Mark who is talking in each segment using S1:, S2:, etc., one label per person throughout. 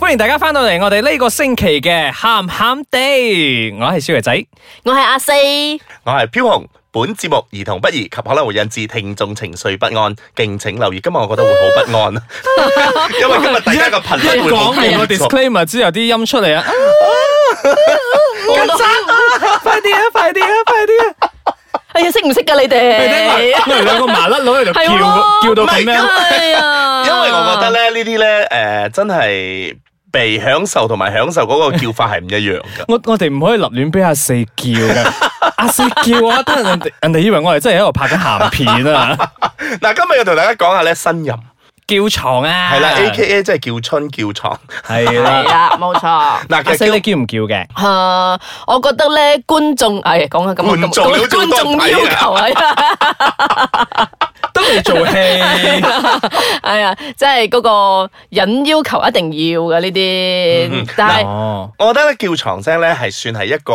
S1: 歡迎大家翻到嚟我哋呢個星期嘅鹹鹹地，我係小爺仔。
S2: 我係阿四，
S3: 我係飄紅。本節目兒童不宜及可能會引致聽眾情緒不安，敬請留意。今日我覺得會好不安，啊 因為今日大家個頻率會好
S1: 講完個
S3: 高咗
S1: disclaimer 之後，啲音出 嚟啊！緊張，快啲啊！快啲啊！快啲啊！
S2: 哎呀，識唔識噶你
S1: 你聽
S2: 哋？
S1: 我哋兩個麻甩佬喺度
S2: 係喎
S1: 叫，叫到咁
S3: 唔係
S1: 樣。
S2: 哎呀，
S3: 因為我覺得咧呢啲咧誒真係被享受同埋享受嗰個叫法係唔一樣㗎。
S1: 我我哋唔可以立亂俾阿四叫 嘅，阿四叫啊！等人哋人哋以為我哋真係喺度拍緊鹹片 啊！
S3: 嗱，今日要同大家講下咧呻吟，
S1: 叫床啊！
S3: 係啦，A K A 即係叫春叫床。
S1: 係
S2: 係
S1: 啦。
S2: 啦，冇錯。
S3: 嗱，
S1: 阿
S3: 其
S1: 四
S3: 實
S1: 你
S3: 叫
S1: 叫唔叫嘅？
S2: 啊，我覺得咧，觀眾，哎，講下咁，
S3: 觀眾你好似好
S2: 觀
S3: 多人
S2: 眾
S3: 睇
S2: 要
S3: 啊
S2: 求啊，
S1: 都未做
S2: 哎
S1: 戲。
S2: 係啊，即係嗰個人要求一定要嘅呢
S3: 嗯
S2: 啲，但係
S1: 哦，
S3: 我覺得咧叫床聲咧係算係一個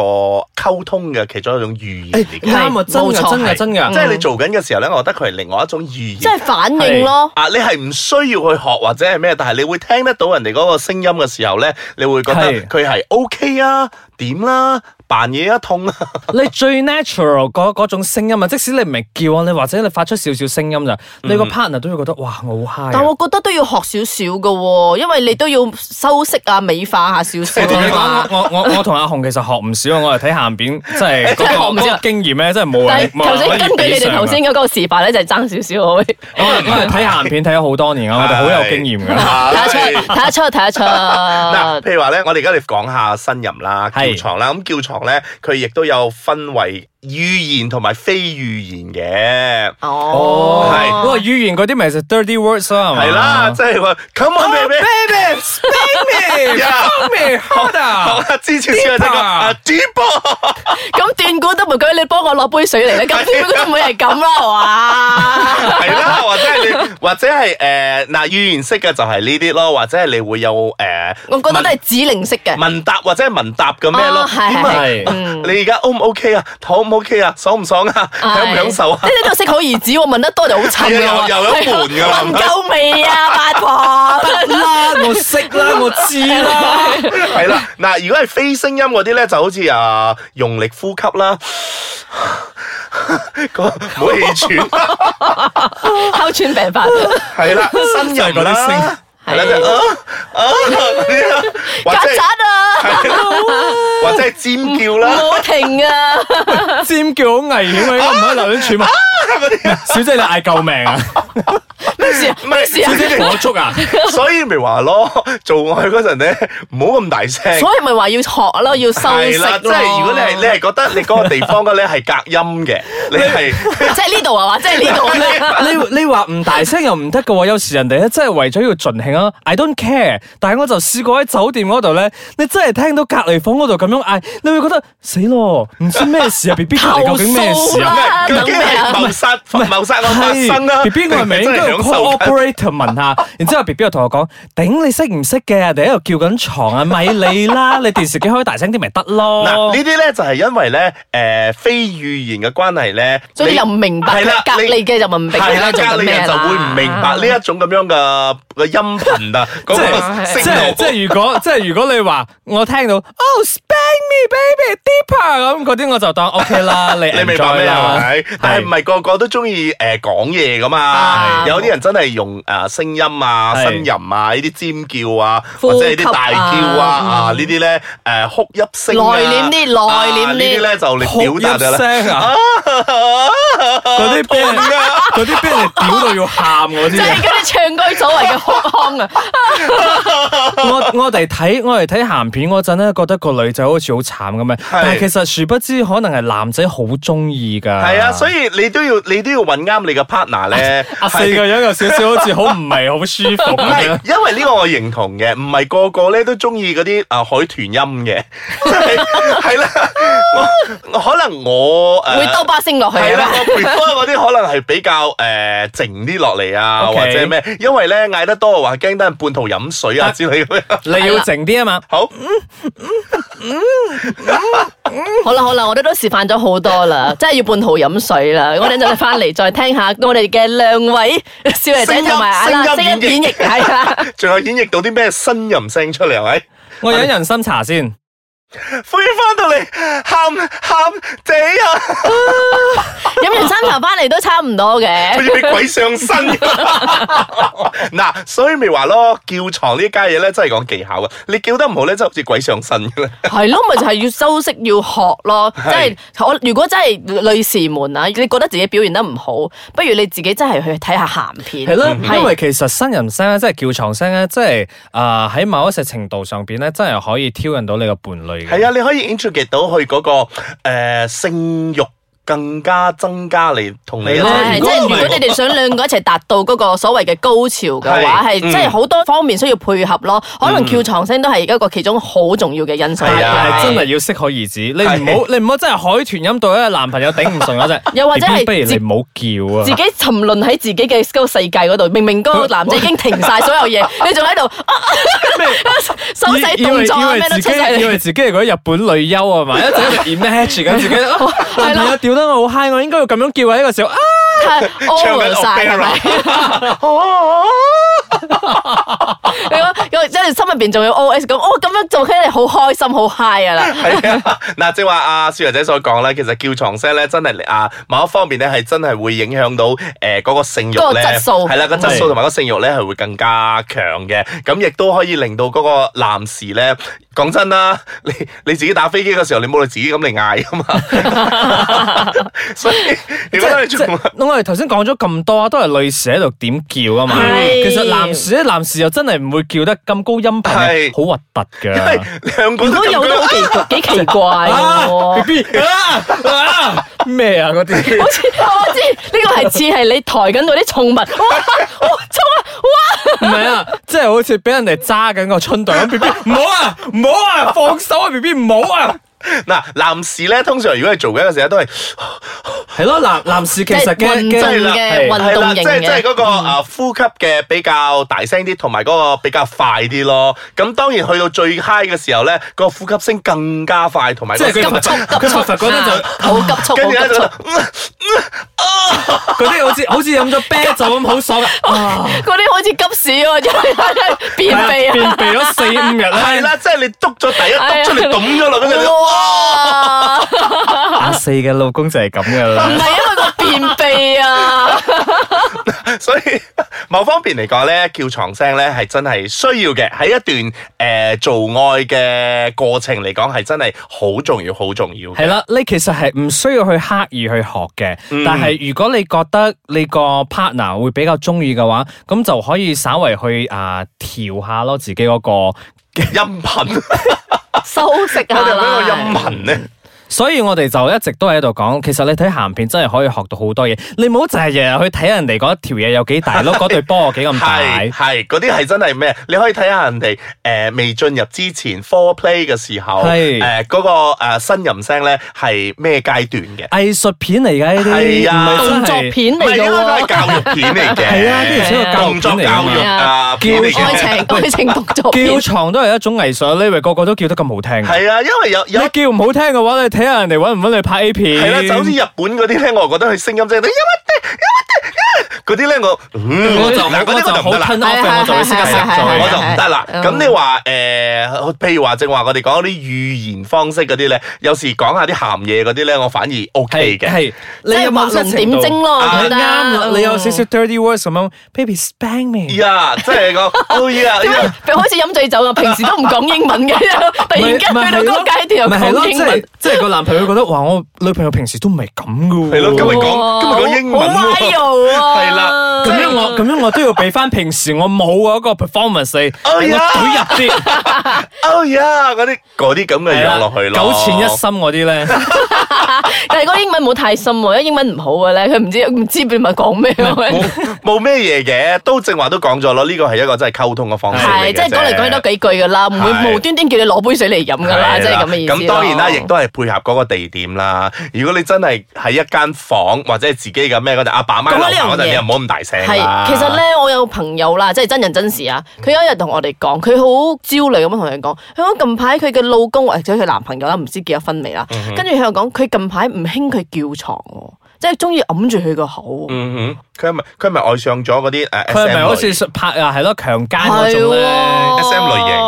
S3: 溝通嘅其中一種語言嚟嘅，
S1: 啱啊，真
S2: 冇
S1: 嘅
S2: 錯
S1: 真嘅
S2: 係
S1: 真嘅
S3: 即。係你做緊嘅時候咧，我覺哎得佢係另外一種語
S2: 即係。
S3: 言
S2: 反應咯。
S3: 啊！你係唔需要去學或者係咩，但係你會聽得到人哋嗰個聲音嘅時候咧，你會覺得
S1: 係
S3: 佢係 OK 啊，點啦，扮嘢啊，痛啊，
S1: 你最 natural 嗰嗰種聲音啊，即使你唔係叫啊，你或者你發出少少聲音咋，你個 partner 都會覺得哇，我好 high
S2: 嗯但
S1: 啊。
S2: 我覺得都要學少少嘅喎，因為你都要修飾啊、美化下少少
S1: 我同你
S2: 啊嘛
S1: 講，。我我我我同阿紅其實學唔少啊，我哋睇鹹片，即 係
S2: 真係
S1: 嗰個
S2: 學唔
S1: 嗰
S2: 少啊
S1: 個經驗咧，真係冇
S2: 但
S1: 人
S2: 係
S1: 冇
S2: 頭
S1: 人可
S2: 先
S1: 以
S2: 根據
S1: 比
S2: 你
S1: 上
S2: 哋
S1: 啊
S2: 頭先嗰個示範咧，就係爭少少我會。
S1: 我哋我哋睇鹹片睇咗好多年啊，我哋好有經驗㗎。
S2: 睇得出，睇得出，睇得出。
S3: 嗱，譬如話咧，我哋而家嚟講下呻吟啦、叫
S1: 係
S3: 床啦，咁叫床咧，佢亦都有分為語言同埋非語言嘅。
S2: 哦，
S3: 係
S1: 嗰個語言嗰啲咪就 dirty words 啦，係嘛
S3: 係啦，即係話 come on baby，
S1: ，baby speak me，
S3: Yeah
S1: call me harder
S3: 好。啦，之前先有聽過
S1: Deeper
S3: 啊 deeper，
S2: 咁斷估都唔舉，你幫我攞杯水嚟咧，
S3: 啊
S2: 咁斷估都唔會係咁啦，係 嘛？
S3: 係啦，或者 係你，或者係誒嗱語言式嘅就係呢啲咯，或者係你會有誒，
S2: 我覺得都係指令式嘅。
S3: 問答或者係問答嘅咩咯？
S2: 哦係
S3: 點啊
S1: 係
S2: 嗯
S3: 你而家 O 唔 OK 啊？肚唔 OK 啊？爽唔爽啊？享唔享 受啊
S2: 呢？啲都適可而止，我問得多就好沉
S3: 係啊
S2: 㗎
S3: 又又有悶㗎啦
S2: 問 夠未啊，八婆？
S1: 啦，我識啦，我知啦。
S3: 係啦，嗱，如果係非聲音嗰啲咧，就好似啊用力呼吸啦， 嗰唔好氣 喘啦，
S2: 哮喘病發，
S3: 係啦，呻
S1: 就係
S3: 吟
S1: 嗰啲聲
S3: 啦，係啦，即係啊啊嗰啲啦，或
S2: 曱
S3: 者 係
S2: 甴啊，
S3: 係啦或者係尖叫啦，
S2: 冇 停啊！
S1: 尖叫好危險啊！唔可以留戀喘嘛。小姐你嗌救 命啊！
S2: 咩事啊？
S3: 唔係
S2: 咩事啊？
S1: 火燭啊！
S3: 所以咪話咯，做愛嗰陣咧，唔好咁大聲。
S2: 所以咪話要學咯，要修
S3: 係啦，
S2: 飾
S3: 即係如果你係你係覺得你嗰個地方嘅咧係隔音嘅，你 係
S2: 即係呢度啊嘛，即係呢 度咩？
S1: 你你話唔大聲又唔得嘅喎，有時人哋咧真係為咗要盡興啊，I don't care。但係我就試過喺酒店嗰度咧，你真係聽到隔離房嗰度咁樣嗌，你會覺得死咯，唔知咩事啊！B B 佢哋究竟咩事
S2: 投訴
S1: 啊
S2: 啦？啊
S3: 究竟係謀殺謀殺案發生啦
S1: 係 B B 我係咪
S3: 定
S1: 應
S3: 真
S1: 該
S3: 係
S1: 用 call
S3: 享受緊
S1: operator 問下？然之後 B B 又同我講：頂你識唔識嘅？人哋喺度叫緊床啊，咪你啦！你電視機開大聲啲咪得咯。
S3: 嗱，呢啲咧就係因為咧，誒非語言嘅關係咧，
S2: 所以你又唔明白
S3: 係啦
S2: 佢，隔
S3: 你
S2: 離嘅就唔明白
S3: 係啦，
S2: 佢
S3: 隔
S2: 做緊
S3: 離
S2: 咩
S3: 人就
S2: 啦啊
S3: 會唔明白呢一種咁樣嘅嘅音頻啊，嗰個
S1: 即係即
S3: 聲
S1: 係即
S3: 道。
S1: 係如果 即係如果你話我聽到 Oh spank me baby deeper 咁嗰啲我就當 OK 啦，你
S3: 你明白
S1: enjoy
S3: 咩啊係
S1: 啦。
S3: 咪？但係唔係個個都中意誒講嘢噶嘛？
S2: 係
S3: 有啲人真係用誒聲音啊、
S1: 係
S3: 呻吟啊、呢啲尖叫啊，
S2: 呼吸啊
S3: 或者係啲大叫啊啊呢啲咧誒哭泣聲啊
S2: 內斂啲內斂啲
S3: 啊呢啲咧就你
S1: 哭泣
S3: 表達㗎 啦。
S1: 聲啊！嗰啲俾人嗰啲俾人哋屌到要喊嗰
S2: 即
S1: 啲
S2: 係
S1: 啊。
S2: 嗰啲唱歌所謂嘅哭腔 啊！
S1: 我我哋睇我哋睇鹹片嗰陣咧，覺得個女仔好似好慘咁樣，但係其實殊不知可能係男仔好中意㗎。
S3: 係啊，所以你都要你都要揾啱你嘅 partner 咧。
S1: 阿啊四個樣有少少好似好唔係好舒服
S3: 唔
S1: 咁
S3: 係
S1: 樣，。
S3: 因為呢個我認同嘅，唔係個個咧都中意嗰啲啊海豚音嘅， 即係係啦。我我可能我誒
S2: 會兜巴星落去
S3: 係啦
S2: 啊！，
S3: 我 prefer 嗰啲可能係比較誒靜啲落嚟啊，
S1: OK
S3: 或者咩？因為咧嗌得得多嘅話，驚得人半途飲水啊之類咁樣。
S1: 你要靜啲啊嘛。
S3: 好，
S2: 好啦好啦，我哋都示範咗好多啦，真係要半途飲水啦。我哋就翻嚟再聽下我哋嘅兩位少爺仔同埋阿啦
S3: 聲
S2: 聲
S3: 音
S2: 音
S3: 演
S2: 演繹係 啦。
S3: 仲有演繹到啲咩呻吟聲出嚟係咪？
S1: 我飲人參茶先。
S3: 歡迎翻到嚟，喊喊地啊，
S2: 飲完三茶翻嚟都差唔多
S3: 好
S2: 嘅。
S3: 似俾鬼上 身。嗱，所以咪話咯，叫床呢家嘢咧，真係講技巧嘅。你叫得唔好咧，真係好似鬼上身嘅咧。
S2: 係咯，咪就係要休息，要學咯。即
S3: 係
S2: 係我如果真係女士們啊，你覺得自己表現得唔好，不如你自己真係去睇下鹹片。
S1: 係啦，
S2: 係
S1: 因為其實呻吟聲咧，即係叫床聲咧，即係啊喺某一些程度上邊咧，真係可以挑釁到你個伴侶嘅。
S3: 係啊，你可以 introduce 到去嗰、個誒、呃性慾更加增加嚟同你
S1: 係
S3: 一齊
S2: 係，啊即係
S1: 如果唔
S2: 如
S1: 係
S2: 果你哋想兩個一齊達到嗰個所謂嘅高潮嘅話，
S3: 係
S2: 係
S3: 嗯
S2: 真係好多方面需要配合咯。可能叫床聲都係一個其中好重要嘅因素嚟
S3: 係啊
S1: 但係真
S2: 嘅。
S1: 係要適可而止，你
S3: 係
S1: 唔好你唔好真係海豚音到咧，男朋友頂唔順嗰陣，
S2: 又或者係
S1: BB，不
S2: 自
S1: 如你唔好
S2: 自
S1: 叫啊。
S2: 己沉淪喺自己嘅嗰個世界嗰度，明明嗰個男仔已經停晒所有嘢， 你仲喺度啊
S1: 咩
S2: 手勢
S1: 以以
S2: 動
S1: 為
S2: 作啊
S1: 以為
S2: 咩都
S1: 自
S2: 出
S1: 己
S2: 晒
S1: 以
S2: 嚟。
S1: 為自己係嗰啲日本女優啊嘛，一直喺度 imagine 緊自己，啊 男朋友吊得我好 high，我應該要咁樣叫喺呢個時候啊，
S2: 太
S3: 唱
S2: over
S3: 緊
S2: 晒係咪？ 你講，因為即係心入邊仲要 OS 咁，哦咁樣做起嚟好開心，好 high 噶啦。
S3: 係啊，嗱，即係話阿少爺仔所講咧，其實叫床聲咧，真係啊某一方面咧，係真係會影響到誒嗰個性慾
S2: 嗰個
S3: 咧，
S2: 質素
S3: 係啦，個質素同埋個性慾咧係會更加強嘅，咁亦都可以令到嗰個男士咧，講真啦， 你你自己打飛機嘅時候，你冇你自己咁嚟嗌噶嘛， 所以 你覺得你
S1: 即
S3: 做乜？
S1: 我哋頭先講咗咁多啊，都係女士喺度點叫啊嘛。
S2: 係
S1: 其實男士咧，男士又真係唔會叫得咁高音頻
S3: 係，
S1: 好核突
S3: 因為
S1: 㗎。
S3: 兩個
S2: 如
S3: 都
S2: 果
S3: 咁
S2: 有都
S3: 樣
S2: 好奇幾奇怪喎。
S1: B B 啊啊咩啊嗰啲，
S2: 好似我知呢個係似係你抬緊嗰啲寵物，哇！啊我衝
S1: 唔係啊，即係好似俾人哋揸緊個春袋咁，B B 唔好啊，唔好啊，放手啊，B B 唔好啊，
S3: 嗱，男士咧通常如果係做緊嘅時候都係。
S1: 係咯，男男士其實
S2: 即係
S1: 嘅
S2: 運
S1: 嘅
S2: 動
S1: 係啦
S2: 嘅嗯
S1: 係
S2: 運
S3: 係啦，即
S2: 型
S3: 係
S2: 嘅
S3: 即係嗰個啊呼吸嘅比較大聲啲，同埋嗰個比較快啲咯。咁當然去到最 high 嘅時候咧，個呼吸聲更加快，同埋
S1: 即係佢
S3: 嗰
S1: 發
S3: 個
S2: 急速急
S1: 佢
S2: 速，
S1: 發嗰陣就
S2: 啊好急 速，
S3: 跟
S2: 好
S3: 住
S2: 急
S3: 咧就嗯
S2: 速。
S1: 嗰啲好似好似飲咗啤酒咁好爽 啊！
S2: 嗰啲好似急屎喎，因為便秘啊！
S1: 便秘咗四五日
S3: 係
S1: 咧，
S3: 啦，即係你督咗第一督出嚟，抌咗落嗰
S2: 啊
S3: 陣，
S2: 哇！
S1: 阿四嘅老公就係咁噶
S2: 唔係因
S1: 啦。
S2: 為個便秘啊，
S3: 所以某方面嚟講咧，叫床聲咧係真係需要嘅，喺一段誒、呃做愛嘅過程嚟講係真係好重要，好重要嘅。
S1: 係啦，你其實係唔需要去刻意去學嘅，
S3: 嗯
S1: 但係如果你覺得你個 partner 會比較中意嘅話，咁就可以稍微去啊調下咯自己嗰個。
S3: 音頻，
S2: 收食
S3: 我
S2: 下
S3: 哋有冇一個音
S2: 啦。
S3: 頻咧？
S1: 所以我哋就一直都喺度講，其實你睇鹹片真係可以學到好多嘢。你唔好就係日日去睇人哋嗰條嘢有幾大咯，嗰對波有幾咁大。
S3: 係係，嗰啲係真係咩？你可以睇下人哋誒、呃未進入之前 four play 嘅時候，誒
S1: 係
S3: 嗰、個誒呻吟聲咧係咩階段嘅？
S1: 藝術片嚟㗎呢啲，
S3: 係啊
S1: 唔係真係
S2: 動作片啊
S3: 唔
S2: 嚟
S3: 係應
S2: 嘅
S3: 該都係
S2: 喎，
S3: 教育片 嚟嘅，
S1: 係啊呢條
S2: 先係教育
S3: 動作
S1: 片嚟㗎
S3: 教
S1: 嘛
S3: 育啊，片嚟
S2: 愛
S3: 嘅。
S2: 情愛情動作片
S1: 叫。床都係一種藝術，你以為個個都叫得咁好聽㗎？
S3: 係啊，因為有有
S1: 你叫唔好聽嘅話，你睇下人哋揾唔揾你拍 A 片。
S3: 係啦，就好似日本嗰啲咧，我覺得佢聲音真係，嗰啲咧我，嗯
S1: 我就
S3: 嗱嗰
S1: 我
S3: 啲
S1: 就
S3: 我就
S1: 好
S3: 唔得啦
S1: turn。off 嘅，我就會即刻食咗
S3: 我就
S1: 佢。
S3: 唔得啦。
S2: 嗯
S3: 咁你話誒，譬如話正話我哋講嗰啲語言方式嗰啲咧，有時講下啲鹹嘢嗰啲咧，我反而 O K 嘅。
S1: 係你
S2: 即係
S1: 有
S2: 畫
S1: 冇
S2: 龍點睛咯，我
S1: 係
S2: 覺
S1: 啱
S2: 得
S1: 啦，你有少少
S2: 嗯
S1: dirty words 咁樣，baby spank me。
S3: 呀，即係講 Oh yeah，
S2: 點解
S3: yeah，
S2: 開始飲醉酒啊？平時都唔講英文 嘅，突然間去到嗰個階段又
S1: 咪係咯
S2: 講
S1: 即
S2: 英文
S1: 係，即係個男朋友覺得哇，我女朋友平時都唔係咁㗎喎。
S3: 係咯今日講
S2: 哇
S3: 今日講英文喎
S2: 好 wild 啊！
S3: 係啦
S1: 咁樣 我咁樣我都要俾翻平時我冇嗰個 performance 你，
S3: 哎
S1: 令我
S3: 呀
S1: 懟入啲，
S3: Oh yeah，嗰啲嗰啲咁嘅
S1: 係
S3: 樣
S1: 啦
S3: 落去咯。
S1: 九淺一深嗰啲咧。
S2: 啊但係嗰個英文冇太深喎，因為英文唔好嘅咧，佢唔知 唔知你咪講咩咯。
S3: 冇冇咩嘢嘅，都正話都講咗咯。呢個係一個真係溝通嘅方式嚟
S2: 係，
S3: 嘅
S2: 即係講嚟講去都幾句噶啦，唔
S3: 係
S2: 會無端端叫你攞杯水嚟飲噶啦，即係咁嘅意思咯。
S3: 咁當然啦，亦都係配合嗰個地點啦。如果你真係喺一間房或者係自己嘅咩嗰陣，阿爸媽
S2: 講
S3: 樓
S2: 開呢
S3: 下嗰陣，你
S2: 樣
S3: 又
S2: 嘢
S3: 唔好咁大聲
S2: 係，
S3: 啦。
S2: 其實咧，我有朋友啦，即係真人真事啊。佢有一日同我哋講，佢好焦慮咁樣同佢講，佢講近排佢嘅老公或者佢男朋友啦，唔知結咗婚未啦。跟住佢又講，佢近排唔興佢叫床喎，即係中意揞住佢個口。
S3: 嗯哼，佢係咪佢係咪愛上咗嗰啲誒？
S1: 佢係咪好
S3: SM 類
S1: 似拍啊，係咯強姦嗰
S2: 係
S1: 種咧？
S2: 喎
S3: SM 類型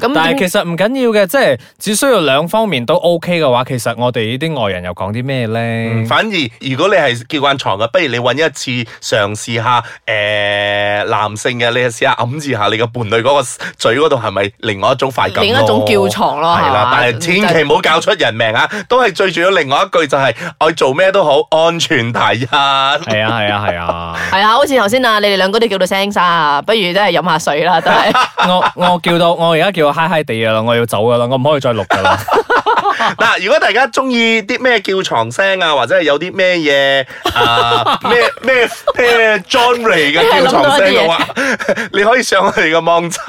S2: 咁
S1: 但係
S2: 點
S1: 其實唔緊要嘅，即係只需要兩方面都 OK 嘅話，其實我哋呢啲外人又講啲咩咧？
S3: 反而如果你係叫慣床嘅，不如你揾一次嘗試下誒、呃男性嘅，你試下揞住下你嘅伴侶嗰個嘴嗰度係咪另外一種快感咯
S2: 另一種叫床咯
S3: 係
S2: 係
S3: 啦
S2: 嘛，
S3: 但係千祈唔好教出人命啊！都係最重要另外一句就係、我做咩都好，安全第一。
S1: 係啊係啊係啊！
S2: 係啊，好似頭先啊，你哋兩個都叫到聲沙啊，不如真係飲下水啦，都係。
S1: 我我叫到我而家叫嗨嗨地㗎啦，我要走噶啦，我唔可以再錄 噶啦。
S3: 嗱，如果大家中意啲咩叫床聲啊，或者係有啲咩嘢 啊咩咩咩 genre 嘅叫床聲 嘅話， 你可以上我哋嘅網站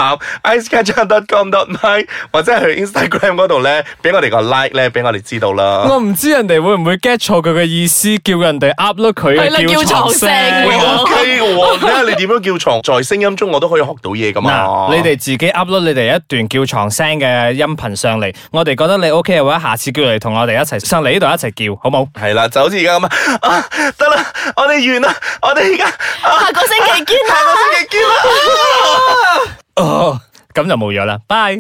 S3: icecatcher.com.my 或者係去 Instagram 嗰度咧，俾我哋個 like 咧，俾我哋知道啦。
S1: 我唔知人哋會唔會 get 錯佢嘅意思，叫人哋 upload 佢
S2: 係啦
S1: 嘅叫
S2: 叫
S1: 床
S2: 床
S1: 聲
S2: 聲。
S3: 喂，OK 嘅喎，睇下你點樣叫床，在聲音中我都可以學到嘢噶嘛。
S1: 嗱，你哋自己 upload 你哋一段叫床聲嘅音頻上嚟，我哋覺得你 OK 嘅話，下次叫嚟同我哋一齊上嚟呢度一齊叫，好冇？
S3: 係啦，就好似而家咁啊啊，得啦，我哋完啦，我哋而家啊
S2: 下個星期見 啦。
S3: 下個星期見啦。
S1: 哦，咁就冇咗啦，拜。